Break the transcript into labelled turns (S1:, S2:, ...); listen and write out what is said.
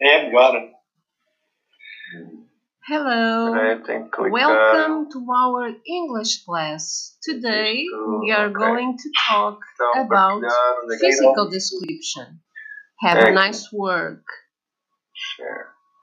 S1: They haven't got it.
S2: Hello.
S3: I think click
S2: Uh, Welcome to our English class. Today we are
S3: Okay.
S2: going to talk
S3: down,
S2: about
S3: back down, and then click
S2: physical description. Have a
S3: Excellent.
S2: nice work.
S3: share.